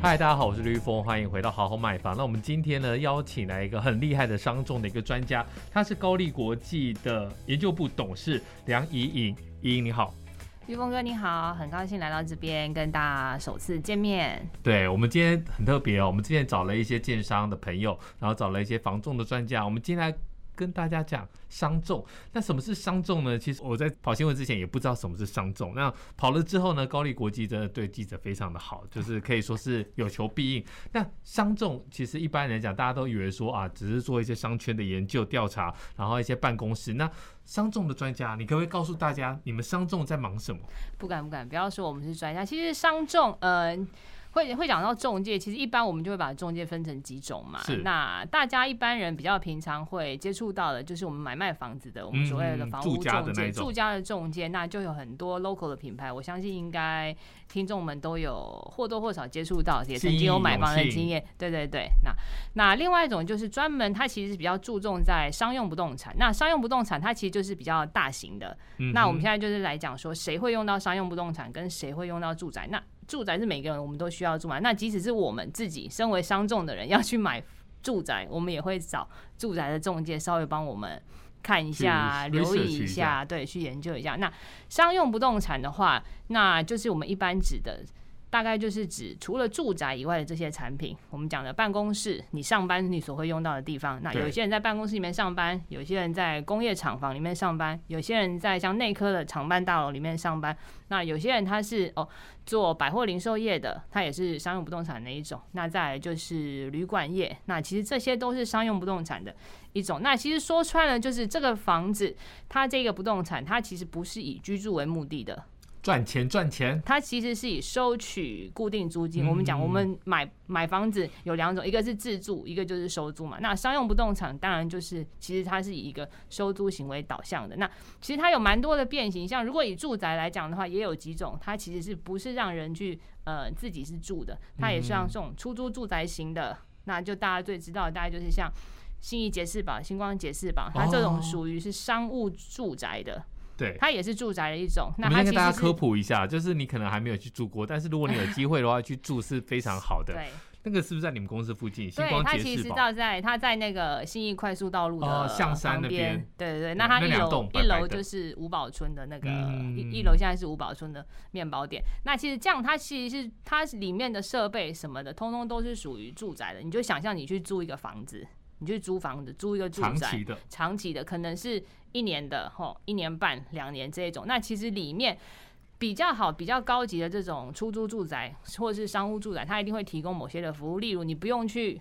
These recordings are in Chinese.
嗨，大家好，我是绿峰，欢迎回到好好买房。那我们今天呢，邀请来一个很厉害的商仲的一个专家，他是高丽国际的研究部董事梁怡颖，怡颖你好。玉峰哥你好，很高兴来到这边跟大家首次见面。对我们今天很特别哦，我们今天找了一些建商的朋友，然后找了一些房仲的专家，我们今天来呃跟大家讲商仲。那什么是商仲呢？其实我在跑新闻之前也不知道什么是商仲。那跑了之后呢，高丽国际真的对记者非常的好，就是可以说是有求必应。那商仲其实一般人讲，大家都以为说啊，只是做一些商圈的研究调查，然后一些办公室。那商仲的专家，你可不可以告诉大家，你们商仲在忙什么？不敢不敢，不要说我们是专家，其实商仲，呃。会会讲到中介，其实一般我们就会把中介分成几种嘛是。那大家一般人比较平常会接触到的，就是我们买卖房子的，我们所谓的嗯房住屋家的中那一介、种住家的中介，那就有很多 local 的品牌，我相信应该听众们都有或多或少接触到，也曾信义经有买永房的信经验。对对对，那那另外一种就是专门，它其实比较注重在商用不动产。那商用不动产它其实就是比较大型的，嗯那我哼们现在就是来讲说，谁会用到商用不动产，跟谁会用到住宅。那住宅是每个人我们都需要住嘛，那即使是我们自己身为商众的人要去买住宅，我们也会找住宅的中介稍微帮我们看一下、去留 research 意一一下下，对，去研究一下。那商用不动产的话，那就是我们一般指的。大概就是指除了住宅以外的这些产品，我们讲的办公室，你上班你所会用到的地方。那对有些人在办公室里面上班，有些人在工业厂房里面上班，有些人在像内科的厂办大楼里面上班。那有些人他是哦做百货零售业的，他也是商用不动产的一种。那再来就是旅馆业，那其实这些都是商用不动产的一种。那其实说穿了，就是这个房子，它这个不动产，它其实不是以居住为目的的，赚钱赚钱，它其实是以收取固定租金。我们讲，嗯我们买买房子有两种，一个是自住，一个就是收租嘛。那商用不动产当然就是，其实它是以一个收租行为导向的。那其实它有蛮多的变形，像如果以住宅来讲的话，也有几种，它其实是不是让人去呃自己是住的，它也是像这种嗯出租住宅型的。那就大家最知道的，大概就是像信义杰士堡、星光杰士堡，它这哦种属于是商务住宅的，对。它也是住宅的一种。我那们它先跟其实大家是科普一下，就是你可能还没有去住过，但是如果你有机会的 话，去住是非常好的。对。那个是不是在你们公司附近？星对，光它杰其士实堡。到在它在那个信义快速道路哦的象山旁那边边，对对对。对那它那一两栋楼白一白楼的就是五宝村的那个嗯一一楼现在是五宝村的面包店。那其实这样，它其实是它里面的设备什么的，通通都是属于住宅的。你就想象你去租一个房子，你去租房子，租一个住长宅期，的，长期的，可能是一年的吼，一年半、两年这一种。那其实里面比较好、比较高级的这种出租住宅或者是商务住宅，它一定会提供某些的服务，例如你不用去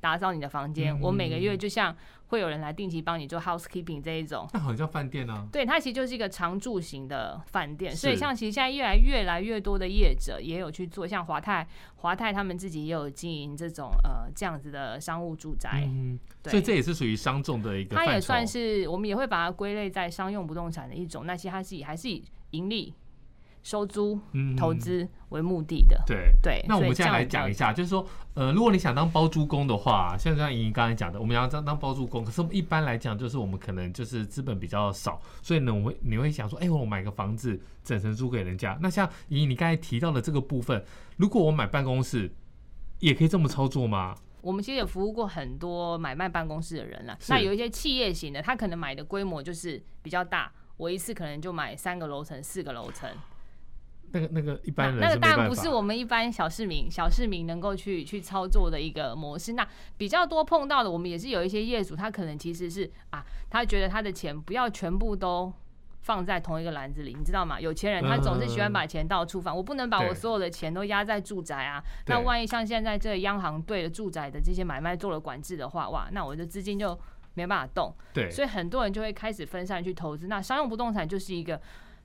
打扫你的房间，嗯我每个月就像会有人来定期帮你做 housekeeping 这一种。那很像饭店啊。对，它其实就是一个常住型的饭店，所以是像其实现在越来越来越多的业者也有去做，像华泰、华泰他们自己也有经营这种呃这样子的商务住宅。嗯，对所以这也是属于商众的一个它也范畴。算是我们也会把它归类在商用不动产的一种，那其实它是以还是以盈利、收租、嗯投。资为目的的。对。对，那我所以们现在来这样讲比较一下，就是说，呃，如果你想当包租公的话，像像莹莹刚才讲的，我们要当当包租公，可是我们一般来讲，就是我们可能就是资本比较少，所以呢，我会你会想说，哎、我买个房子整层租给人家。那像莹莹你刚才提到的这个部分，如果我买办公室，也可以这么操作吗？我们其实也服务过很多买卖办公室的人了。是那有一些企业型的，他可能买的规模就是比较大，我一次可能就买三个楼层、四个楼层。那个那个一那般人那个是没当然办不法是我们一般小市民、小市民能够去去操作的一个模式。那比较多碰到的，我们也是有一些业主，他可能其实是啊，他觉得他的钱不要全部都。放在同一个篮子里，你知道吗？有钱人他总是喜欢把钱到处放，我不能把嗯对我所有的钱都压在住宅啊。那对万一像现在这个央行对住宅的这些买卖做了管制的话，哇，那我的资金就没办法动。对，所以很多人就会开始分散去投资。那商用不动产就是一个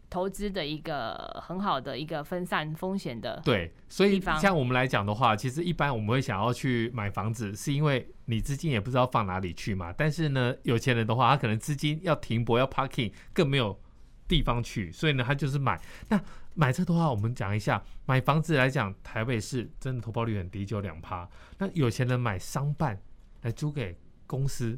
投资的一个很好的一个分散风险的。对，所以地方像我们来讲的话，其实一般我们会想要去买房子，是因为你资金也不知道放哪里去嘛。但是呢，有钱人的话，他可能资金要停泊、要 parking，更没有地方去，所以呢，他就是买。那买这的话，我们讲一下，买房子来讲，台北市真的投报率很低，只有两趴。那有钱人买商办来租给公司，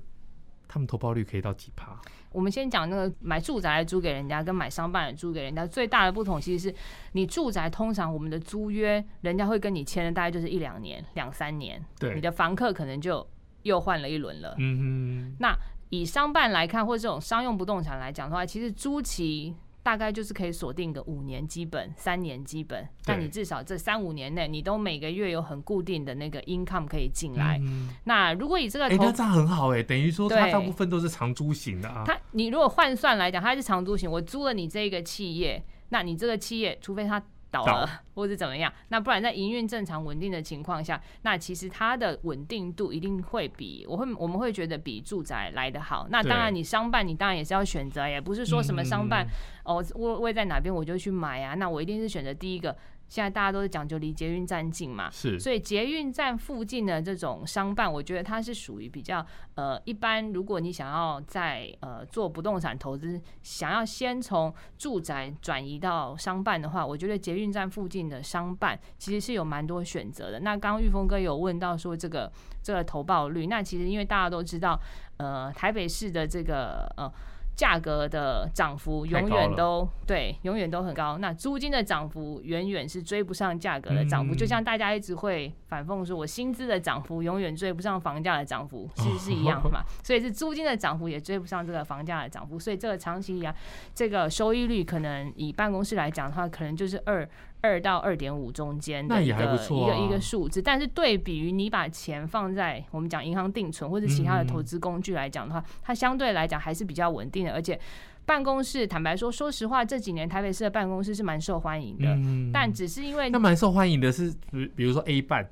他们投报率可以到几趴？我们先讲那个买住宅租给人家跟买商办租给人家最大的不同，其实是你住宅通常我们的租约，人家会跟你签的大概就是一两年、两三年，对你的房客可能就又换了一轮了。嗯那以商办来看，或者这种商用不动产来讲的话，其实租期大概就是可以锁定个五年基本、三年基本，但你至少这三五年内，你都每个月有很固定的那个 income 可以进哼，来。嗯那如果以这个哎、投那这样很好哎、等于说它对大部分都是长租型的啊。它你如果换算来讲，它是长租型，我租了你这个企业，那你这个企业除非它倒了倒 或者怎么样，那不然在营运正常稳定的情况下，那其实它的稳定度一定会比我会我们会觉得比住宅来得好。那当然，对你商办你当然也是要选择，也不是说什么商办、嗯哦位位在哪边我就去买啊，那我一定是选择第一个。现在大家都是讲究离捷运站近嘛，是，所以捷运站附近的这种商办，我觉得它是属于比较呃一般。如果你想要在呃做不动产投资，想要先从住宅转移到商办的话，我觉得捷运站附近的商办其实是有蛮多选择的。那刚刚玉峰哥有问到说这个这个投报率，那其实因为大家都知道，呃，台北市的这个呃。价格的涨幅太永高远了都对，永远都很高。那租金的涨幅远远是追不上价格的涨幅，就嗯像大家一直会反讽说，我薪资的涨幅永远追不上房价的涨幅，哦是是一样 的嘛？所以是租金的涨幅也追不上这个房价的涨幅，所以这个长期以来，这个收益率可能以办公室来讲的话，可能就是二二到二点五中间那的一也个、还不错啊一个一个数字。但是对比于你把钱放在我们讲银行定存或者其他的嗯投资工具来讲的话，它相对来讲还是比较稳定的，而且。办公室，坦白说，说实话，这几年台北市的办公室是蛮受欢迎的，嗯但只是因为那蛮受欢迎的是，比比如说 A 半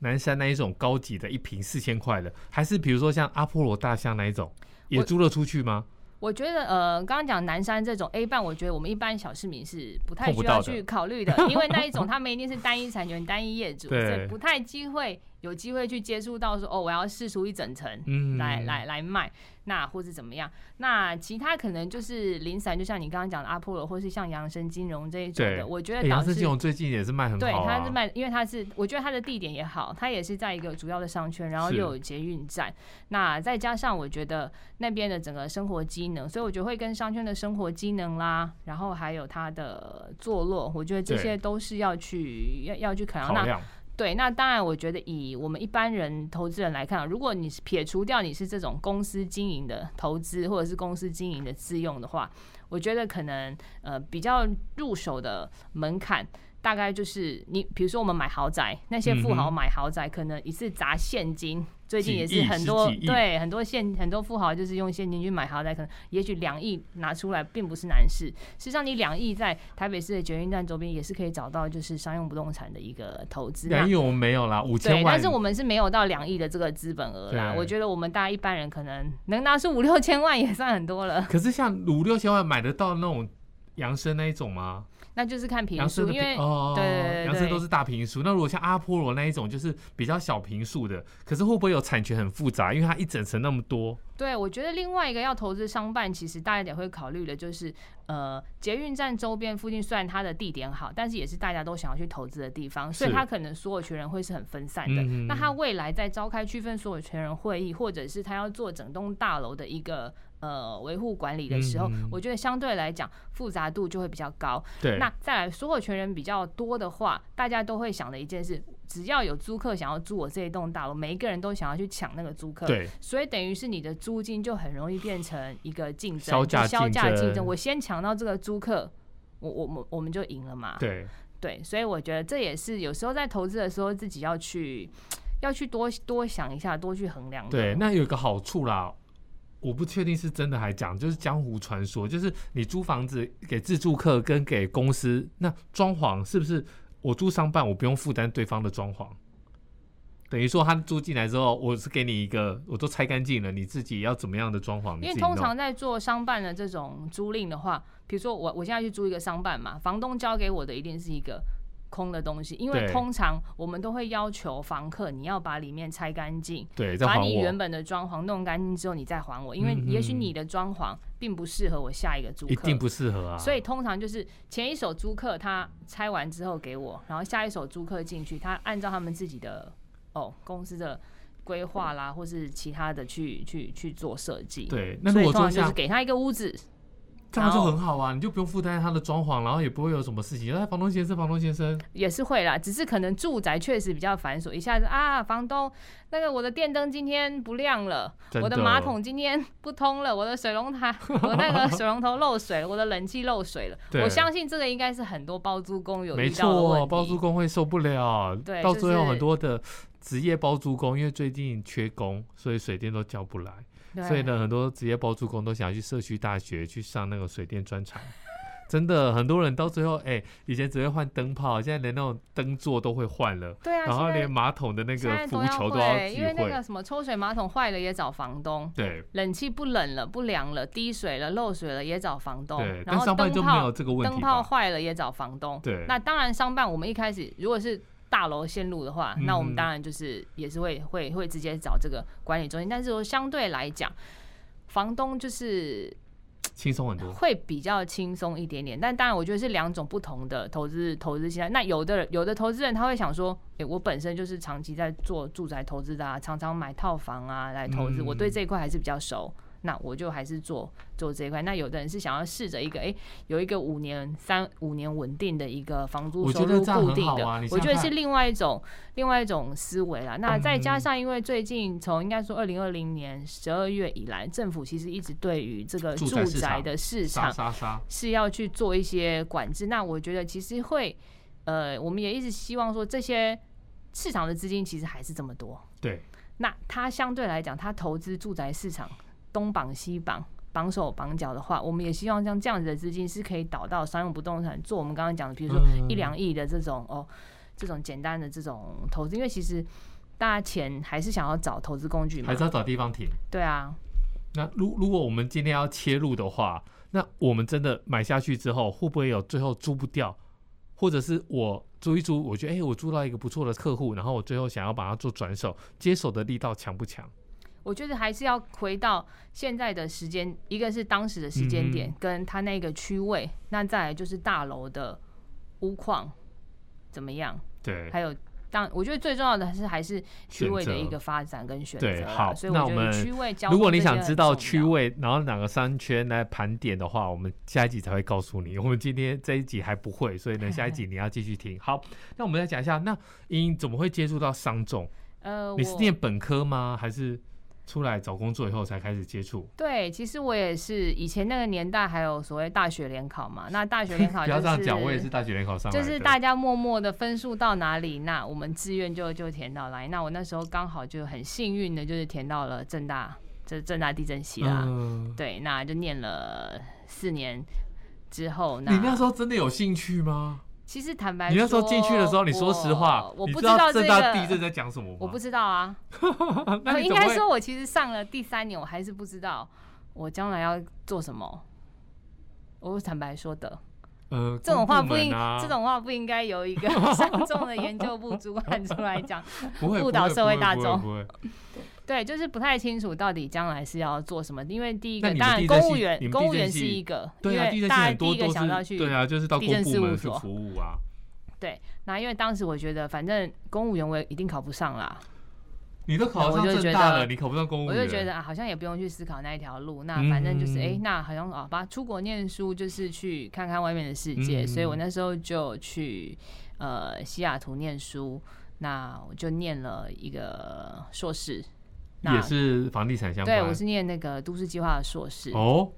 南山那一种高级的，一瓶四千块的，还是比如说像阿波罗大象那一种，也我租了出去吗？我觉得呃，刚刚讲南山这种 A 半，我觉得我们一般小市民是不太碰不需要到的去 考虑的，因为那一种他们一定是单一产权、单一业主，所对以不太机会有机会去接触到说哦，我要试出一整层。嗯，来来来卖，那或是怎么样？那其他可能就是零散，就像你刚刚讲的阿波罗，或是像扬生金融这一种对的，我觉哎。得杨导生致金融最近也是卖很对，好啊，它是卖，因为它是，我觉得它的地点也好，它也是在一个主要的商圈，然后是又有捷运站，那再加上我觉得那边的整个生活机能，所以我觉得会跟商圈的生活机能啦，然后还有它的坐落，我觉得这对些都是要去要要去考量。好那量，对，那当然，我觉得以我们一般人投资人来看啊，如果你是撇除掉你是这种公司经营的投资，或者是公司经营的自用的话，我觉得可能呃比较入手的门槛。大概就是你，比如说我们买豪宅，那些富豪嗯哼买豪宅，可能一次砸现金，最近几也亿是很十多几亿对很多现很多富豪就是用现金去买豪宅，可能也许两亿拿出来并不是难事，事实上，你两亿在台北市的捷运站周边也是可以找到，就是商用不动产的一个投资。那两亿我们没有啦，五千对，万，但是我们是没有到两亿的这个资本额啦。对我觉得我们大家一般人可能能拿出五六千万也算很多了，可是像五六千万买得到那种扬生那一种吗？那就是看平杨数，生的因为平哦，对对对杨生对都是大平数。那如果像阿波罗那一种，就是比较小平数的，可是会不会有产权很复杂？因为它一整层那么多，对，我觉得另外一个要投资商办，其实大家也会考虑的，就是呃，捷运站周边附近虽然它的地点好，但是也是大家都想要去投资的地方，所以是它可能所有权人会是很分散的。嗯那它未来在召开区分所有权人会议，或者是它要做整栋大楼的一个。呃，维护管理的时候，嗯我觉得相对来讲复杂度就会比较高。对，那再来，所有权人比较多的话，大家都会想的一件事，只要有租客想要租我这一栋大楼，每一个人都想要去抢那个租客，对，所以等于是你的租金就很容易变成一个竞争，销价就销价竞争竞争。我先抢到这个租客，我我们我们就赢了嘛。对，对所以我觉得这也是有时候在投资的时候自己要去要去多多想一下，多去衡量的。对，那有一个好处啦，我不确定是真的还讲，就是江湖传说，就是你租房子给自住客跟给公司，那装潢是不是我租商办，我不用负担对方的装潢？等于说他租进来之后，我是给你一个，我都拆干净了，你自己要怎么样的装潢，你自因为己通弄。常在做商办的这种租赁的话，比如说我我现在去租一个商办嘛，房东交给我的一定是一个空的东西，因为对通常我们都会要求房客你要把里面拆干净，对，再把还你原我。本的装潢弄干净之后你再还我，因为嗯嗯也许嗯你的装潢并不适合我下一个租客，一定不适合啊，所以通常就是前一手租客他拆完之后给我，然后下一手租客进去，他按照他们自己的哦公司的规划啦，或是其他的去去去做设计。对那嗯所如以果通常说就是像给他一个屋子，这样就很好啊，你就不用负担他的装潢，然后也不会有什么事情。哎，房东先生，房东先生，也是会啦，只是可能住宅确实比较繁琐，一下子啊，房东那个我的电灯今天不亮了，真我的的马桶今天不通了，我的水龙台， 我那个水龙头漏水了，我的冷气漏水了。对我相信这个应该是很多包租公有没遇到的问错，题。包租公会受不了，对到就最后很是多的职业包租公，因为最近缺工，所以水电都叫不来，对所以呢，很多职业包租公都想要去社区大学去上那个水电专场。真的，很多人到最后，哎、以前只会换灯泡，现在连那种灯座都会换了，对啊，然后现在连马桶的那现个在浮都要球会，都要因聚为那会个。什么抽水马桶坏了也找房东，对冷气不冷了不凉了，滴水了漏水了也找房东对，，然但后上班灯就没有泡这个问灯题泡吧？坏了也找房东。对那当然商办我们一开始如果是大楼线路的话，嗯那我们当然就是也是会会会直接找这个管理中心，但是说相对来讲。房东就是轻松很多。会比较轻松一点点，但当然我觉得是两种不同的投资投资心态。那有的人有的投资人他会想说，诶、我本身就是长期在做住宅投资的啊，常常买套房啊来投资，嗯我对这一块还是比较熟。那我就还是做做这一块。那有的人是想要试着一个，诶，有一个五年、三五年稳定的一个房租我收觉得入这样固很定好的，啊你我觉想得想是看另外一种另外一种思维啦。那再加嗯上，因为最近从应该说二零二零年十二月以来，政府其实一直对于这个住住宅市宅场的市杀场杀杀，是要去做一些管制。那我觉得其实会，呃，我们也一直希望说这些市场的资金其实还是这么多。对，那它相对来讲，它投资住宅市场东绑西绑。绑手绑脚的话，我们也希望像这样子的资金是可以导到商用不动产，做我们刚刚讲的，比如说嗯一两亿的这种、哦，这种简单的这种投资，因为其实大家钱还是想要找投资工具嘛还是，要找地方停。对啊，那如如果我们今天要切入的话，那我们真的买下去之后，会不会有最后租不掉，或者是我租一租，我觉得哎、我租到一个不错的客户，然后我最后想要把它做转手，接手的力道强不强？我觉得还是要回到现在的时间，一个是当时的时间点嗯，跟它那个区位，那再来就是大楼的屋况怎么样，对还有当我觉得最重要的还是还是区位的选择一个发展跟选择对啦。好所以那我我觉们得区位交通如果你这些想很知道重区要，位，然后哪个商圈来盘点的话，我们下一集才会告诉你。我们今天这一集还不会，所以呢，下一集你要继续嗯听。好，那我们再讲一下，那英怎么会接触到商众？呃，你是我念本科吗？还是出来找工作以后才开始接触？对，其实我也是以前那个年代还有所谓大学联考嘛，那大学联考 不就要是这样讲，我也是大学联考上来就的。是大家默默的分数到哪里，那我们志愿就就填到来。那我那时候刚好就很幸运的，就是填到了正大，这正大地震系啦。嗯对，那就念了四年之后，你那那时候真的有兴趣吗？其实坦白说，你那时候进去的时候，你说实话，我我你不知道这正个，大地震在讲什么吗？我 不知道啊。道，那你应怎么该会说，我其实上了第三年，我还是不知道我将来要做什么。我坦白说的，呃，这种话公不部应门，啊这种话不应该由一个 上众的研究部主管出来讲。 不会误导社会大众不会。不会不会对，就是不太清楚到底将来是要做什么，因为第一那个你们当然地震公务系员你，们公地务震员是系一个，对啊，地震因为系大家很第多一个都想到去是对啊，就是到地公震部事务门去所服务啊。对那因为当时我觉得反正公务员我也一定考不上啦，你都考我上就正觉大得了，你考不上公务我员，就觉得啊，好像也不用去思考那一条路，那反正就是哎、诶嗯那好像啊，吧，出国念书就是去看看外面的世界，所以我嗯那时候就去呃西雅图念书，那我就念了一个硕士，那也是房地产相关。对我是念那个都市计划的硕士，哦，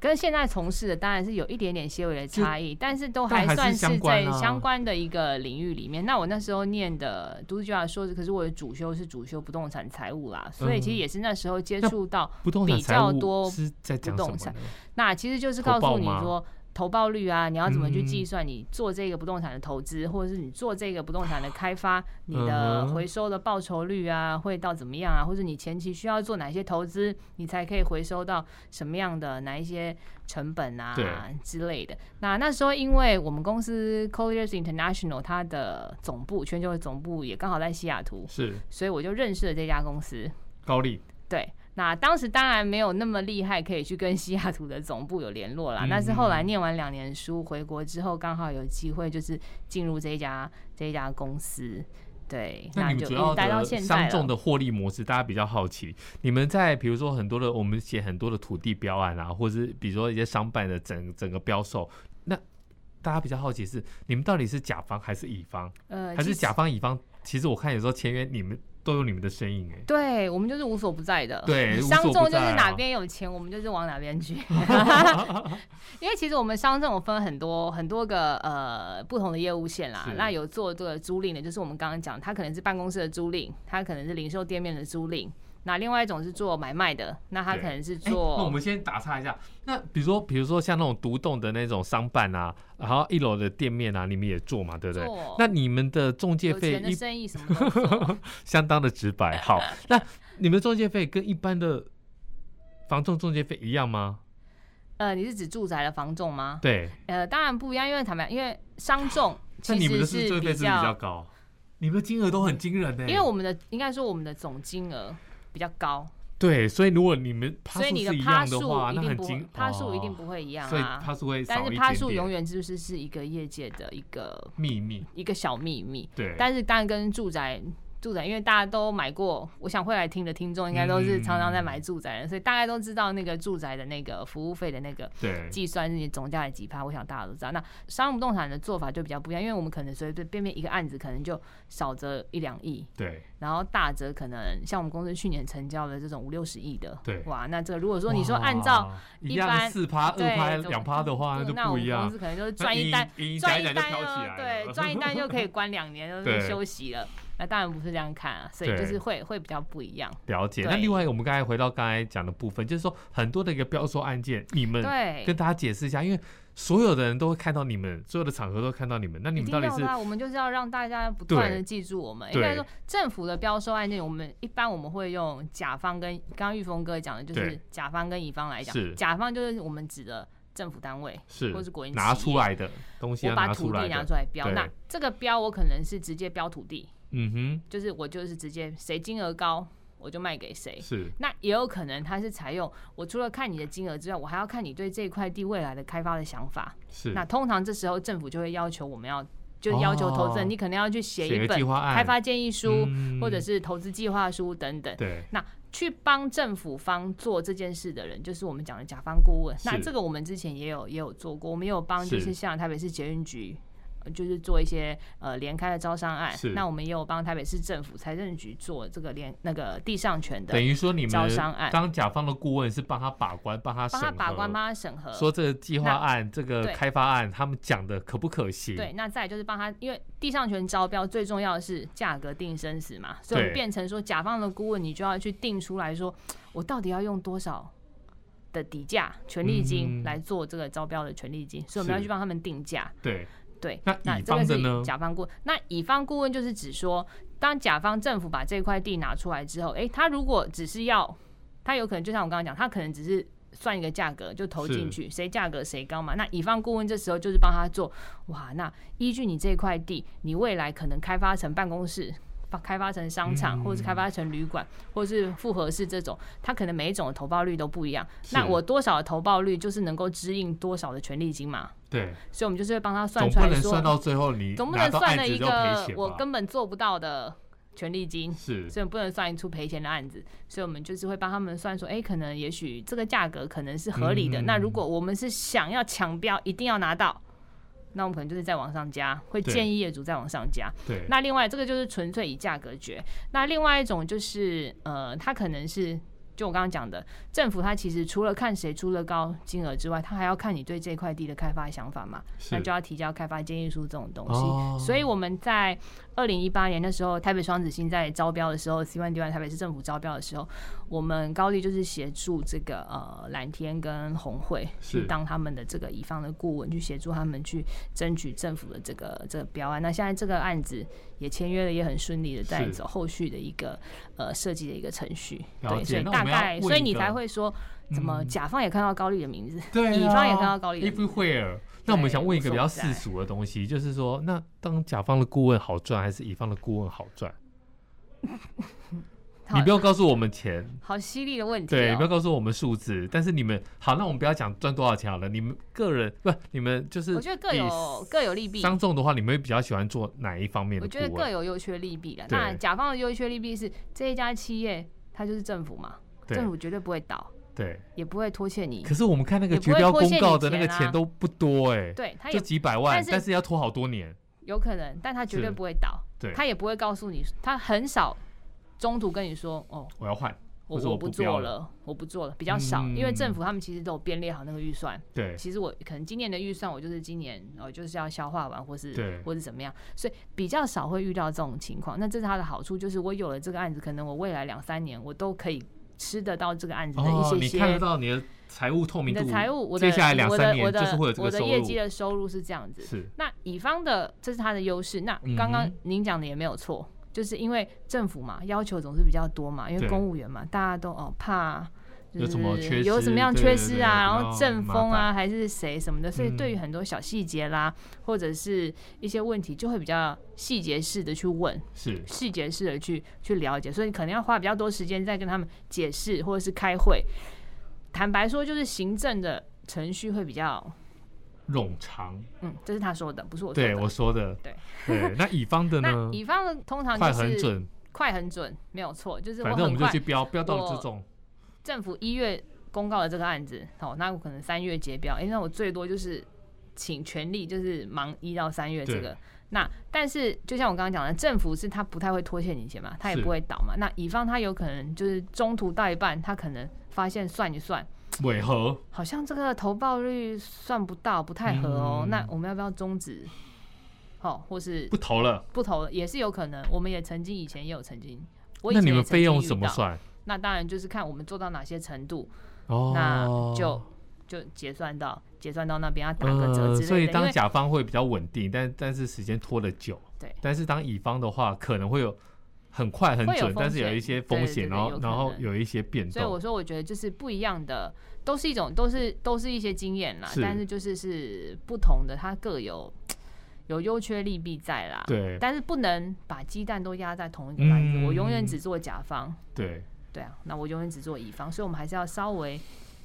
跟现在从事的当然是有一点点些微的差异，但是都还但还算是是相关在啊相关的一个领域里面。那我那时候念的都市计划硕士，可是我的主修是主修不动产财务啦，所以嗯其实也是那时候接触到，不动产比财较务多是在讲不什动么产呢？那其实就是告投诉报你吗嗯说，投报率啊，你要怎么去计算你做这个不动产的投资，或者是你做这个不动产的开发， 你的嗯哼回收的报酬率啊，会到怎么样啊，或者你前期需要做哪些投资，你才可以回收到什么样的哪一些成本啊对之类的。那那时候因为我们公司 Colliers International 它的总部全球的总部也刚好在西雅图，是所以我就认识了这家公司。高丽，对，那当时当然没有那么厉害，可以去跟西雅图的总部有联络啦。嗯但是后来念完两年书回国之后，刚好有机会就是进入这一家这一家公司。对，那你们就主一要直待到的现在商众了。的获利模式，大家比较好奇。你们在比如说很多的，我们写很多的土地标案啊，或者是比如说一些商办的整整个标售，那大家比较好奇是你们到底是甲方还是乙方，呃还其是实甲方乙方？其实我看有时候签约你们都有你们的身影哎、对，我们就是无所不在的。对无所商不众就在是啊哪边有钱，我们就是往哪边 去。 因为其实我们商政有分很多很多个呃不同的业务线啦是。那有做这个租赁的，就是我们刚刚讲，它可能是办公室的租赁，它可能是零售店面的租赁。那另外一种是做买卖的，那它对可能是哎做、那我们先打岔一下，那比如说，比如说像那种独栋的那种商办啊，然后一楼的店面啊，你们也做嘛，对不对做？那你们的中介有费钱的一生意什么都做 相当的直白。 好，那你们中介费跟一般的房仲中介费一样吗？呃，你是指住宅的房仲吗？对，呃，当然不一样，因为坦白，因为商仲那其你们实的中介费是不比是比较哎高，你们的金额都很惊人呢、欸因为我们的应该说我们的总金额比较高，对，所以如果你们趴所以数你是一趴样数的话，一那定很不会惊，趴数一定哦不会一样所以啊。趴数会少但一是点趴数点永远就是是一个业界的一个秘密，一个小秘密。对，但是当然跟住宅住宅，因为大家都买过，我想会来听的听众应该都是常常嗯在买住宅的，所以大概都知道那个住宅的那个服务费的那个对，计算是你总价的几趴，我想大家都知道。那商务不动产的做法就比较不一样，因为我们可能随随便便一个案子可能就少则一两亿，对，然后大则可能像我们公司去年成交的这种五六十亿的，对哇，那这个如果说你说按照哇一一样般四趴、二对趴、怎么两趴的话，那就那我不一们样公司。可能就是赚一单，赢赢赚一一单就单飘起哦来了对，赚一单就可以关两 年，就对是休息了。那当然不是这样看啊，所以对就是会会比较不一样。了解。对那另外，我们刚才回到刚才讲的部分，就是说很多的一个标售案件，你们对跟大家解释一下，因为所有的人都会看到你们，所有的场合都会看到你们，那你一们定到底要是的啊，我们就是要让大家不断的对记住我们。对应该说，政府的标售案件，我们一般我们会用甲方跟刚刚玉峰哥讲的，就是对甲方跟乙方来讲是，甲方就是我们指的政府单位，或是是国营拿企业出来的东西要我把出土地来拿的，出来标，对那这个标我可能是直接标土地，嗯就是我就是直接谁金额高我就卖给谁哼，。是那也有可能它是采用我除了看你的金额之外，我还要看你对这块地未来的开发的想法。是那通常这时候政府就会要求我们要，就要求投资人，哦你可能要去写一写个本计划案开发建议书，嗯或者是投资计划书等等。对那去帮政府方做这件事的人，就是我们讲的甲方顾问。是那这个我们之前也有也有做过，我们也有帮就是是像台北市捷运局。呃就是做一些呃联开的招商案是，那我们也有帮台北市政府财政局做这个联那个地上权的，等于说你招们商案当甲方的顾问是帮他把关，帮他审帮核他，把关，帮他审核。说这个计划那案、这个对开发案，他们讲的可不可行？对，那再来就是帮他，因为地上权招标最重要的是价格定生死嘛，所以我们对变成说甲方的顾问，你就要去定出来说，我到底要用多少的底价权利嗯金来做这个招标的权利金，所以我们要是去帮他们定价。对对，那乙这方个的是呢甲方顾问，那乙方顾问就是指说，当甲方政府把这块地拿出来之后，诶，他如果只是要，他有可能就像我刚刚讲，他可能只是算一个价格就投进去，谁价格谁高嘛。那乙方顾问这时候就是帮他做，哇，那依据你这块地，你未来可能开发成办公室。发开发成商场，或者是嗯开发成旅馆，或者是复合式这种，它可能每一种的投报率都不一样。那是我多少的投报率就是能够支应多少的权利金嘛？对，所以我们就是会帮他算总出不来能说，算到最后你总不拿能到算案了子一就赔个钱我吧根本做不到的权利金，是所以不能算出赔钱的案子，所以我们就是会帮他们算说，哎，可能也许这个价格可能是合理的。嗯那如果我们是想要抢标，一定要拿到，那我们可能就是再往上加，会对建议业主再往上加。对，那另外这个就是纯粹以价格决。那另外一种就是呃，它可能是就我刚刚讲的，政府它其实除了看谁出了高金额之外，它还要看你对这块地的开发想法嘛，是那就要提交开发建议书这种东西。哦所以我们在二零一八年的时候，台北双子星在招标的时候，C One D One 台北市政府招标的时候，我们高丽就是协助这个呃蓝天跟红会是去当他们的这个乙方的顾问，去协助他们去争取政府的这个这个标案。那现在这个案子也签约了，也很顺利的在是走后续的一个呃设计的一个程序。了对，解所以那我大们要概，问所以一你个才会说，怎么嗯甲方也看到高丽的名字，对、啊乙方也看到高丽的 everywhere。那我们想问一个比较无所不世在俗的东西，就是说，那当甲方的顾问好赚，还是乙方的顾问好赚？好你不要告诉我们 钱，好犀利的问题、哦。对，你不要告诉我们数字，但是你们好，那我们不要讲赚多少钱好了，你们个人不，你们就是我觉得各以有各有利弊。商众的话，你们会比较喜欢做哪一方面我的觉得顾各问？有优缺利弊的。对那甲方的优缺利弊是这一家企业，它就是政府嘛，政府绝对不会倒，对也不会拖欠你对，，可是我们看那个也不绝会标拖公欠你告的那钱个啊钱都不多哎、对，它就也几百万，但是但是要拖好多年。有可能，但它绝对是不会倒，对，它也不会告诉你，它很少中途跟你说哦。我要换，我或者我不不标做了了，我不做了，比较少，嗯因为政府他们其实都有编列好那个预算，对，其实我可能今年的预算，我就是今年呃就是要消化完，或对是或是怎么样，所以比较少会遇到这种情况。那这是它的好处，就是我有了这个案子，可能我未来两三年我都可以吃得到这个案子的一哦，些你些。看得到你的财务透你明度，的财务，我的接下来两我的三年我的就是会有这个我的收入，业绩的收入是这样子。是那乙方的这是他的优势。那刚刚嗯哼您讲的也没有错，就是因为政府嘛，要求总是比较多嘛，因为对公务员嘛，大家都哦怕。有什么缺失有什么样对缺对对失啊？比然较后政风麻啊，烦还是谁什么的，所以嗯对于很多小细节啦，或者是一些问题，就会比较细节式的去问，是细节式的去去了解，所以你可能要花比较多时间在跟他们解释或者是开会。坦白说，就是行政的程序会比较，冗长。嗯，这是他说的，不是我说的。对我说的，对 对。那乙方的那呢？乙方的通常就快是很，准，快很准，没有错，就是我反正我很们就快去。标，标到了我就中。政府一月公告了这个案子，好，那我可能三月结标，因为我最多就是请全力就是忙一到三月这对个。那但是就像我刚刚讲的，政府是他不太会拖欠你钱嘛，他也是不会倒嘛。那乙方他有可能就是中途到一半，他可能发现算一算，尾和好像这个投报率算不到，不太合哦。嗯那我们要不要终止？好、或是不投了，不投了也是有可能。我们也曾经以前也有曾经，我以那前你也们曾费经用遇怎么到？算？那当然就是看我们做到哪些程度，哦，那就就结算到结算到那边要打个折呃，之类的。所以当因为甲方会比较稳定，但但是时间拖得久。对但是当乙方的话，可能会有很快很会有准，风但是有险一些对风对险，对然后有然可后能有一些变所以我动。说，我觉得就是不一样的，都是一种，都是都是一些经验啦，是但是就是是不同的，它各有有优缺利弊在啦。对但是不能把鸡蛋都压在同一个篮子，嗯我永远只做甲方，对，对啊，那我永远只做乙方，所以我们还是要稍微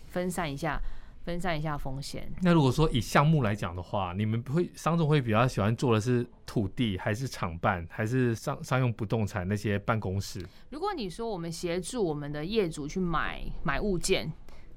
分散一下，分散一下风险。那如果说以项目来讲的话，你们会商总会比较喜欢做的是土地，还是厂办，还是商商用不动产那些办公室？如果你说我们协助我们的业主去买买物件，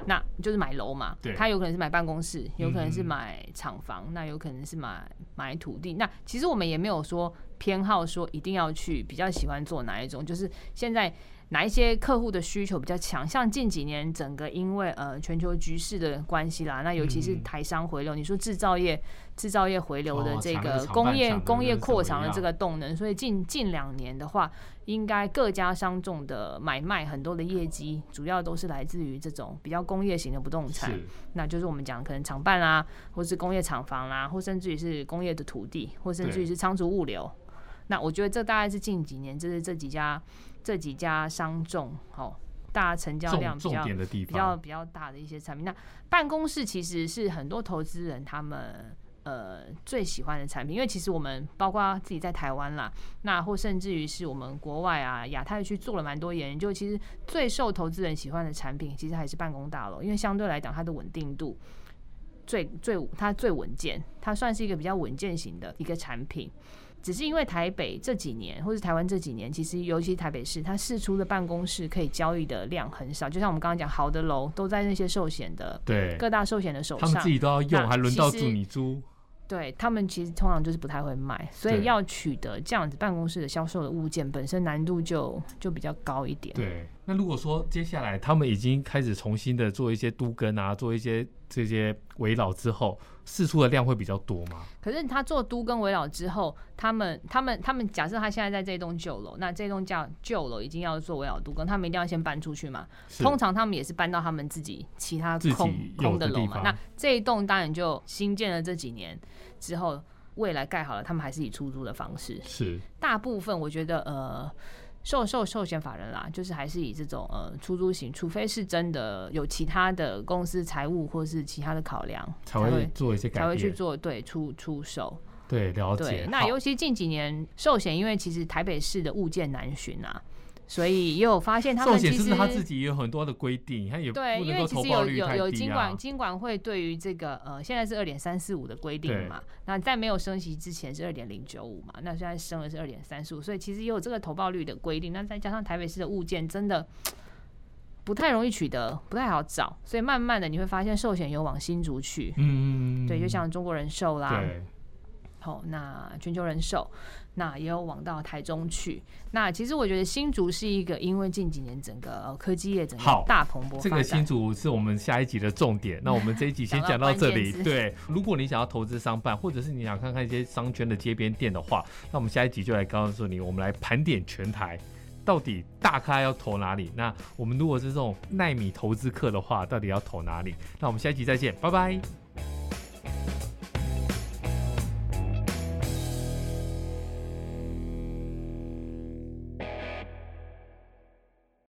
那就是买楼嘛对，他有可能是买办公室，有可能是嗯买厂房，那有可能是买买土地。那其实我们也没有说偏好说一定要去比较喜欢做哪一种，就是现在。哪一些客户的需求比较强？像近几年整个因为呃全球局势的关系啦，那尤其是嗯台商回流，你说制造业制造业回流的哦这厂个是厂工办业厂的工业是扩怎么厂的样这个动能，所以近近两年的话，应该各家商众的买卖很多的业绩，主要都是来自于这种比较工业型的不动产，那就是我们讲可能厂办啦，或是工业厂房啦，或甚至于是工业的土地，或甚至于是仓储物流。那我觉得这大概是近几年，就是这几家这几家商众哦，大家成交量重比较重点的地比较方。比较大的一些产品。那办公室其实是很多投资人他们呃最喜欢的产品，因为其实我们包括自己在台湾啦，那或甚至于是我们国外啊亚太区做了蛮多研究，其实最受投资人喜欢的产品其实还是办公大楼，因为相对来讲它的稳定度。最最它最稳健，它算是一个比较稳健型的一个产品。只是因为台北这几年，或是台湾这几年，其实尤其台北市，它释出的办公室可以交易的量很少。就像我们刚刚讲，好的楼都在那些寿险的对，各大寿险的手他们上自，己都要用，那还轮到其住实你租？对他们其实通常就是不太会卖，所对以要取得这样子办公室的销售的物件，本身难度就就比较高一点。对，那如果说接下来他们已经开始重新的做一些都根啊，做一些这些围绕之后，释出的量会比较多吗？可是他做都跟围绕之后，他们他们他们假设他现在在这栋旧楼，那这栋叫旧楼已经要做围绕都跟，他们一定要先搬出去嘛。是通常他们也是搬到他们自己其他自己空有空的地楼嘛。方那这一栋当然就新建了这几年之后，未来盖好了，他们还是以出租的方式。是大部分我觉得呃。受受寿险法人啦，就是还是以这种呃出租型，除非是真的有其他的公司财务或是其他的考量，才会做一些才改会去变。做对出出售。对，了对解。，那好尤其近几年寿险，因为其实台北市的物件难寻啊，所以也有发现他们寿其险实是不是他自己也有很多的规定？他也不对，因能为够其投实报有率有有太低金啊管。金管会对于这个呃，现在是二点三四五的规定对嘛，那在没有升息之前是二点零九五嘛，那现在升了是二点三四五，所以其实也有这个投报率的规定。那再加上台北市的物件真的不太容易取得，不太好找，所以慢慢的你会发现寿险有往新竹去，嗯，对，就像中国人寿啦，对好、那全球人寿，那也有往到台中去。那其实我觉得新竹是一个，因为近几年整个、呃科技业整好个大蓬勃这发个新展。竹是我们下一集的重点。那我们这一集先讲到这里讲到关键。字对，如果你想要投资商办，或者是你想看看一些商圈的街边店的话，那我们下一集就来告诉你，我们来盘点全台。到底大咖要投哪里？那我们如果是这种耐米投资客的话，到底要投哪里？那我们下一集再见，拜拜。